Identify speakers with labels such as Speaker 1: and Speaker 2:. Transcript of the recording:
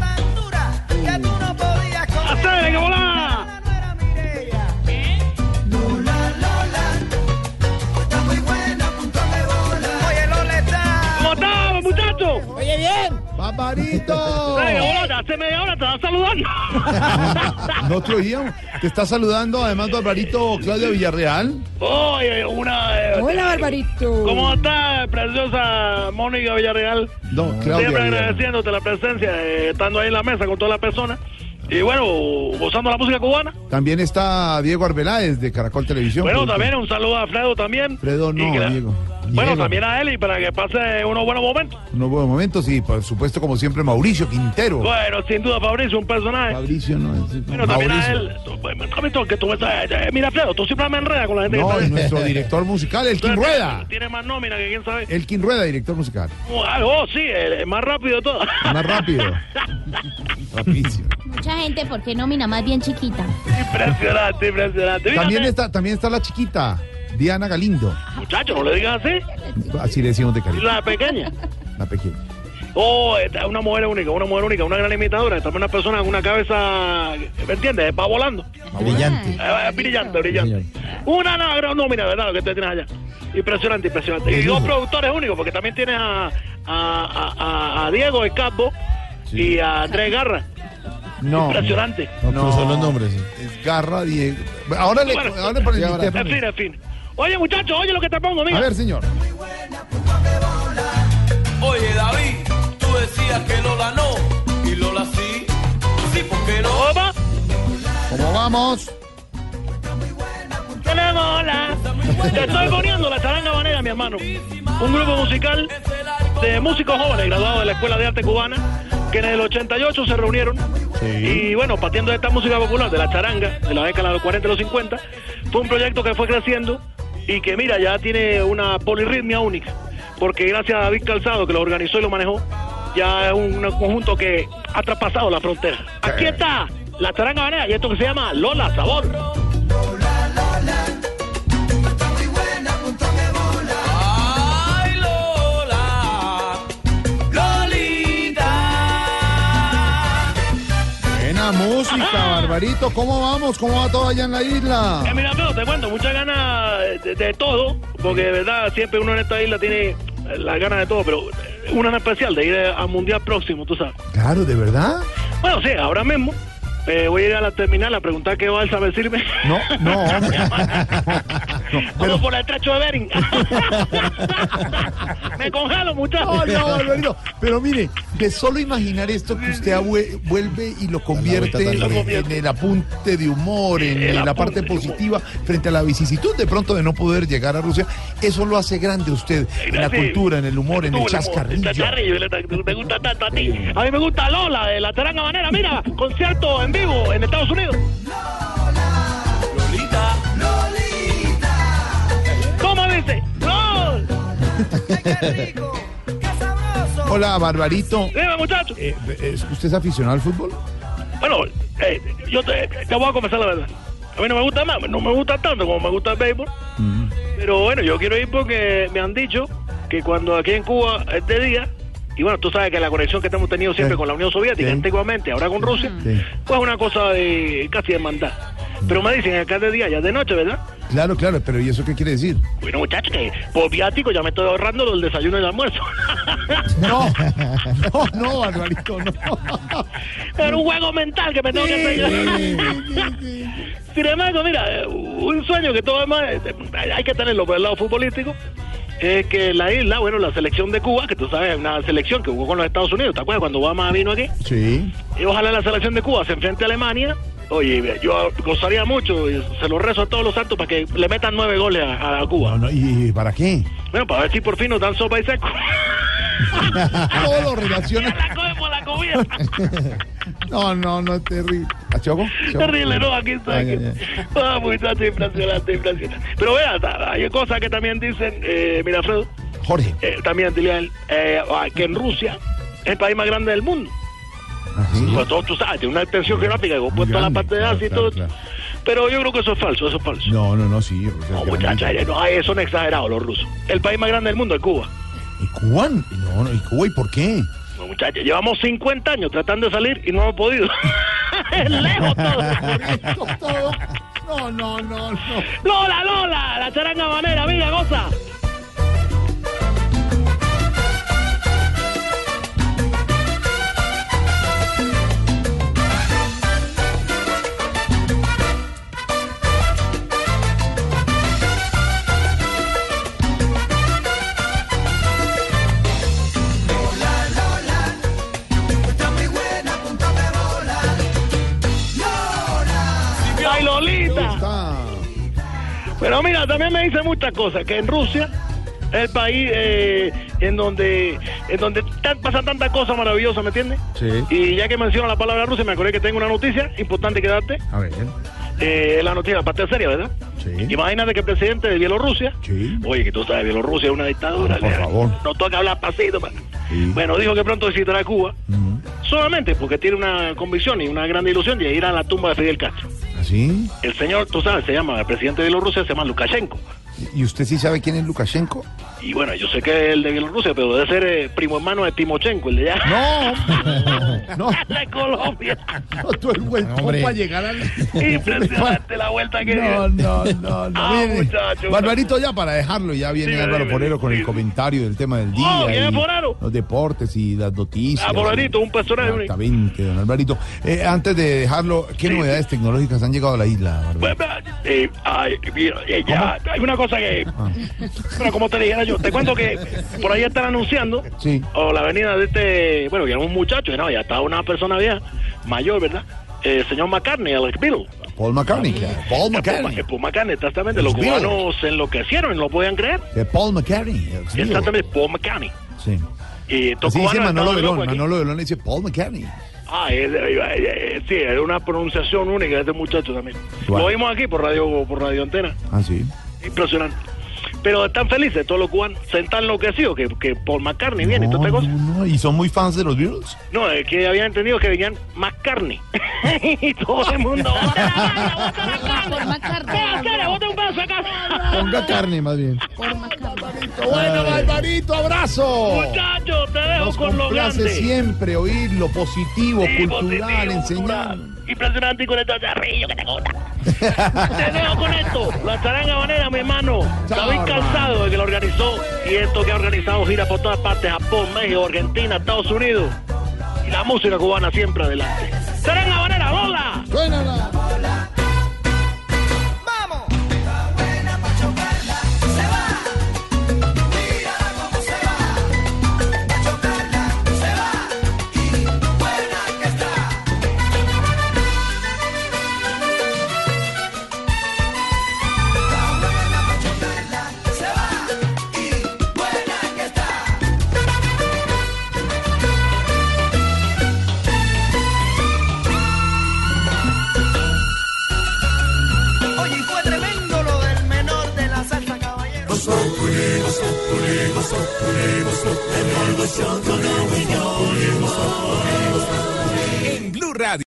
Speaker 1: tan dura que tú no podías con
Speaker 2: ¡Hacer que volá!
Speaker 1: Lola, no era Mireia. Lola, Lola, está muy buena, punto de bola. Oye, Lola está.
Speaker 2: ¿Cómo estamos, muchachos?
Speaker 3: Barbarito.
Speaker 2: ¡Hace media hora, hace media hora te estás saludando!
Speaker 3: Nosotros íbamos. Te está saludando además Barbarito Claudia Villarreal.
Speaker 2: Oye, una... eh,
Speaker 4: Hola, Barbarito.
Speaker 2: ¿Cómo está, preciosa Mónica Villarreal?
Speaker 3: No, Claudia.
Speaker 2: Siempre
Speaker 3: Villarreal.
Speaker 2: agradeciéndote la presencia, eh, estando ahí en la mesa con todas las personas. Y bueno, gozando la música cubana.
Speaker 3: También está Diego Arbeláez de Caracol Televisión.
Speaker 2: Bueno,
Speaker 3: Producto.
Speaker 2: también un saludo a Fredo también.
Speaker 3: Fredo, no,
Speaker 2: Y que la-
Speaker 3: Diego.
Speaker 2: Bueno,
Speaker 3: Diego.
Speaker 2: también a Eli para que pase unos buenos momentos.
Speaker 3: Unos buenos momentos y por supuesto como siempre Mauricio Quintero.
Speaker 2: Bueno, sin duda, Fabricio, un personaje.
Speaker 3: Mauricio no es.
Speaker 2: Bueno, también a él. tú- También tú, que tú me estás- eh, Mira, Fredo, tú siempre me enredas con la gente que
Speaker 3: No,
Speaker 2: está-
Speaker 3: es nuestro director musical, Elkin Rueda.
Speaker 2: Tiene más nómina que quién sabe.
Speaker 3: Elkin Rueda, director musical.
Speaker 2: Ah, Oh, sí, el, el más rápido de todo.
Speaker 3: Más rápido. Rapidísimo.
Speaker 5: Mucha gente, ¿por qué nómina más bien chiquita?
Speaker 2: impresionante, impresionante. eh, Mírate,
Speaker 3: También está, también está la chiquita, Diana Galindo.
Speaker 2: Muchacho, no le digas así.
Speaker 3: Así le decimos de cariño.
Speaker 2: La pequeña.
Speaker 3: La pequeña.
Speaker 2: Oh, esta- una mujer única, una mujer única, una gran imitadora. También una persona con una cabeza, ¿me entiendes? Va volando.
Speaker 3: Brillante.
Speaker 2: Eh, eh, brillante, brillante. Una no, gran nómina, ¿verdad? Lo que usted tiene allá. Impresionante, impresionante. Y dos productores únicos, porque también tienes a, a, a- a- a Diego el Capo y a Andrés Garra.
Speaker 3: No.
Speaker 2: Impresionante.
Speaker 3: No, los nombres. Es Garra Diego. Ahora le,
Speaker 2: Bueno.
Speaker 3: ahora le ponen el
Speaker 2: En
Speaker 3: tema.
Speaker 2: fin, en fin. Oye, muchachos, oye lo que te pongo, mira.
Speaker 3: A ver, señor.
Speaker 6: Oye David, tú decías que Lola no y Lola sí, sí porque no.
Speaker 2: Opa,
Speaker 3: ¿Cómo vamos?
Speaker 2: tenemos hola. Te estoy poniendo la charanga banera, mi hermano. Un grupo musical de músicos jóvenes graduados de la Escuela de Arte Cubana que en el 88 se reunieron. Y bueno, partiendo de esta música popular, de la charanga, de la década de los 40 y los 50, fue un proyecto que fue creciendo y que mira, ya tiene una polirritmia única. Porque gracias a David Calzado, que lo organizó y lo manejó, ya es un conjunto que ha traspasado la frontera. Aquí está la charanga banera y esto que se llama Lola Sabor.
Speaker 6: Ay Lola, Lolita.
Speaker 3: Buena música, Barbarito. ¿Cómo vamos? ¿Cómo va todo allá en la
Speaker 2: Eh,
Speaker 3: isla?
Speaker 2: mira, pero te cuento, muchas ganas de, de todo, porque de verdad siempre uno en esta isla tiene eh, las ganas de todo, pero eh, una en especial de ir eh, al Mundial próximo, tú sabes.
Speaker 3: Claro, ¿de verdad?
Speaker 2: Bueno, sí, ahora mismo eh, voy a ir a la terminal a preguntar qué balsa me sirve.
Speaker 3: No, no, hombre.
Speaker 2: Como por el trecho de Bering. me congelo,
Speaker 3: No,
Speaker 2: muchachos.
Speaker 3: no, Barbarito. Pero mire, de solo imaginar esto que usted abue- vuelve y lo convierte en el apunte de humor, en,
Speaker 2: El
Speaker 3: en la parte
Speaker 2: apunte de humor.
Speaker 3: positiva frente a la vicisitud de pronto de no poder llegar a Rusia, eso lo hace grande usted en la
Speaker 2: Sí.
Speaker 3: cultura, en el humor, en
Speaker 2: Tú,
Speaker 3: el
Speaker 2: el el
Speaker 3: chascarrillo.
Speaker 2: chascarrillo, el- te- te gusta tanto a ti. A mí me gusta Lola de la Teranga Manera. Mira, concierto en vivo en Estados Unidos.
Speaker 6: Lolita,
Speaker 2: ¿Cómo dice? ¡Gol!
Speaker 1: Qué rico, qué sabroso.
Speaker 3: Hola, Barbarito.
Speaker 2: Dime, muchacho.
Speaker 3: Eh, ¿es- ¿Usted es aficionado al fútbol?
Speaker 2: Bueno, eh, yo te, te voy a comenzar la verdad. A mí no me gusta más, no me gusta tanto como me gusta el béisbol. Pero bueno, yo quiero ir porque me han dicho que cuando aquí en Cuba es de día, y bueno, tú sabes que la conexión que hemos tenido siempre
Speaker 3: Sí.
Speaker 2: con la Unión Soviética
Speaker 3: Sí.
Speaker 2: antiguamente, ahora con Rusia,
Speaker 3: Sí.
Speaker 2: pues es una cosa de casi de hermandad. Pero me dicen acá es de día, ya es de noche, ¿verdad?
Speaker 3: Claro, claro, pero ¿y eso qué quiere decir?
Speaker 2: Bueno, muchachos, que por viático ya me estoy ahorrando el desayuno y el almuerzo.
Speaker 3: No, no, no, Barbarito, no.
Speaker 2: Era un juego mental que me tengo que pegar. Sin embargo, mira, eh, un sueño que todo demás eh, hay- hay que tenerlo por el lado futbolístico. Es que la isla, bueno, la selección de Cuba, que tú sabes, es una selección que jugó con los Estados Unidos, ¿te acuerdas cuando Obama vino aquí?
Speaker 3: Sí,
Speaker 2: Y ojalá la selección de Cuba se enfrente a Alemania. Oye, yo gozaría mucho, y se lo rezo a todos los santos para que le metan nueve goles a, a Cuba.
Speaker 3: no, no, ¿y para qué?
Speaker 2: Bueno, para ver si por fin nos dan sopa y seco.
Speaker 3: Todo lo relaciona.
Speaker 2: la coge por la comida.
Speaker 3: No, no, no, es terrible. ¿Achogo?
Speaker 2: Terrible, ¿no? Aquí está.
Speaker 3: Ay,
Speaker 2: Aquí.
Speaker 3: ay,
Speaker 2: Ah, muchacho, impresionante, impresionante. Pero vea, ta- hay cosas que también dicen, eh, mira, Alfredo,
Speaker 3: Jorge.
Speaker 2: eh, también dile a él, eh, ah, que en Rusia es el país más grande del mundo. Pues todo, tú sabes, tiene una extensión geográfica, con toda la
Speaker 4: grande,
Speaker 2: parte de
Speaker 4: claro,
Speaker 2: Asia y
Speaker 4: claro,
Speaker 2: todo.
Speaker 4: claro.
Speaker 2: Pero yo creo que eso es falso, eso es falso.
Speaker 4: No, no, no, sí. Rusia es
Speaker 2: No,
Speaker 4: grande.
Speaker 2: muchachos, eh, no, ay, son exagerados los rusos. El país más grande del mundo es Cuba.
Speaker 4: ¿Y Cuba? No, no, ¿y Cuba? ¿Y por qué?
Speaker 2: No, muchachos, llevamos 50 años tratando de salir y no hemos podido. es lejos todo.
Speaker 3: Todo. No, no, no, no.
Speaker 2: Lola, Lola, la charanga manera, mira, goza. Ay, Lolita.
Speaker 3: Está.
Speaker 2: Pero mira, también me dicen muchas cosas, que en Rusia es el país eh, en donde en donde tan- pasan tantas cosas maravillosas, ¿me entiendes?
Speaker 4: Sí.
Speaker 2: Y ya que menciono la palabra Rusia, me acordé que tengo una noticia importante que darte.
Speaker 4: A ver.
Speaker 3: ¿Ah,
Speaker 2: Eh, la noticia, parte seria, ¿verdad?
Speaker 4: Sí.
Speaker 2: Imagínate que el presidente de Bielorrusia,
Speaker 4: Sí.
Speaker 2: oye, que tú sabes, Bielorrusia es una dictadura.
Speaker 4: Ah, por
Speaker 2: le-
Speaker 4: favor.
Speaker 2: No toca hablar pasito. pa-
Speaker 4: Sí.
Speaker 2: Bueno, dijo que pronto visitará Cuba, solamente porque tiene una convicción y una gran ilusión de ir a la tumba de Fidel Castro.
Speaker 4: ¿Así?
Speaker 2: El señor, tú sabes, se llama, el presidente de Bielorrusia se llama Lukashenko.
Speaker 3: ¿Y usted sí sabe quién es Lukashenko?
Speaker 2: Y bueno, yo sé que es el de Bielorrusia, pero debe ser eh, primo hermano de Timochenko, el de allá.
Speaker 3: No, hombre, no,
Speaker 2: De Colombia.
Speaker 3: no, todo el vuelto para llegar al.
Speaker 2: Impresionante la vuelta que
Speaker 3: No, no,
Speaker 2: dio.
Speaker 3: no, no.
Speaker 2: Ah,
Speaker 3: Mire,
Speaker 2: muchacho.
Speaker 3: Barbarito, ya para dejarlo, ya viene
Speaker 2: Dime,
Speaker 3: Álvaro
Speaker 2: dime,
Speaker 3: Porero con el
Speaker 2: dime.
Speaker 3: comentario del tema del día.
Speaker 2: Oh, viene
Speaker 3: y
Speaker 2: Porero.
Speaker 3: Los deportes y las noticias.
Speaker 2: Ah, Porerito,
Speaker 3: Y-
Speaker 2: un personaje, un-
Speaker 3: Exactamente, don Alvarito. Eh, antes de dejarlo, ¿qué
Speaker 2: Sí,
Speaker 3: novedades tecnológicas han llegado a la isla, Barbarito?
Speaker 2: Pues, vea, eh, ay, mira, eh, ya, hay una cosa que.
Speaker 3: Ah.
Speaker 2: Bueno, como te dijera yo, te cuento que por ahí están anunciando.
Speaker 3: Sí.
Speaker 2: O la venida de este. Bueno, que era un muchacho, no, ya estaba una persona vieja, mayor, ¿verdad? Eh, señor McCartney, Alex Beatle.
Speaker 3: Paul McCartney, claro. Paul McCartney.
Speaker 2: Eh, Paul McCartney, exactamente. Los
Speaker 3: Los Beatles.
Speaker 2: cubanos se enloquecieron, no lo podían creer.
Speaker 3: Eh, Paul McCartney. el tío.
Speaker 2: Exactamente, Paul McCartney.
Speaker 3: Sí.
Speaker 2: Y estos
Speaker 3: Así dice
Speaker 2: cubanos
Speaker 3: Manolo
Speaker 2: estaban
Speaker 3: Verón.
Speaker 2: locos aquí.
Speaker 3: Manolo Verón le dice Paul McCartney.
Speaker 2: Ah, es, eh, eh, sí, era una pronunciación única de este muchacho también.
Speaker 3: Wow.
Speaker 2: Lo vimos aquí por radio, por radio antena.
Speaker 3: Ah, sí.
Speaker 2: Impresionante. Pero están felices todos los cubanos. Se están enloquecidos que, que Paul McCartney viene y
Speaker 3: No,
Speaker 2: toda esta cosa.
Speaker 3: no, no, ¿Y son muy fans de los Beatles?
Speaker 2: No, es que habían entendido que venían McCartney. y todo el mundo. "Bota la vaina, bota la vaina".
Speaker 5: Por
Speaker 2: ¿Qué
Speaker 5: McCartney.
Speaker 2: haces? Bota un pedazo acá.
Speaker 3: Ponga carne, más bien.
Speaker 5: Por McCartney.
Speaker 3: Bueno, Barbarito, abrazo.
Speaker 2: Muchachos, te dejo
Speaker 3: Nos
Speaker 2: con lo
Speaker 3: complace
Speaker 2: grande.
Speaker 3: siempre oír lo positivo,
Speaker 2: Sí,
Speaker 3: cultural,
Speaker 2: positivo,
Speaker 3: enseñar.
Speaker 2: cultural. Impresionante y con esto charrillo que te gusta. te dejo con esto. La charanga banera, mi hermano.
Speaker 3: Chao,
Speaker 2: David
Speaker 3: hermano.
Speaker 2: Calzado, el que lo organizó. Y esto que ha organizado gira por todas partes. Japón, México, Argentina, Estados Unidos. Y la música cubana siempre adelante. Charanga banera, hola.
Speaker 3: Suénala.
Speaker 1: Vamos. Está buena pa' chocarla, se va. Mírala cómo se va. Pa' chocarla, se va. Y buena que está. Está buena pa' chocarla, se va. Y buena que está. Oye, y fue tremendo lo del menor de la salsa, caballero.
Speaker 7: En Blue Radio.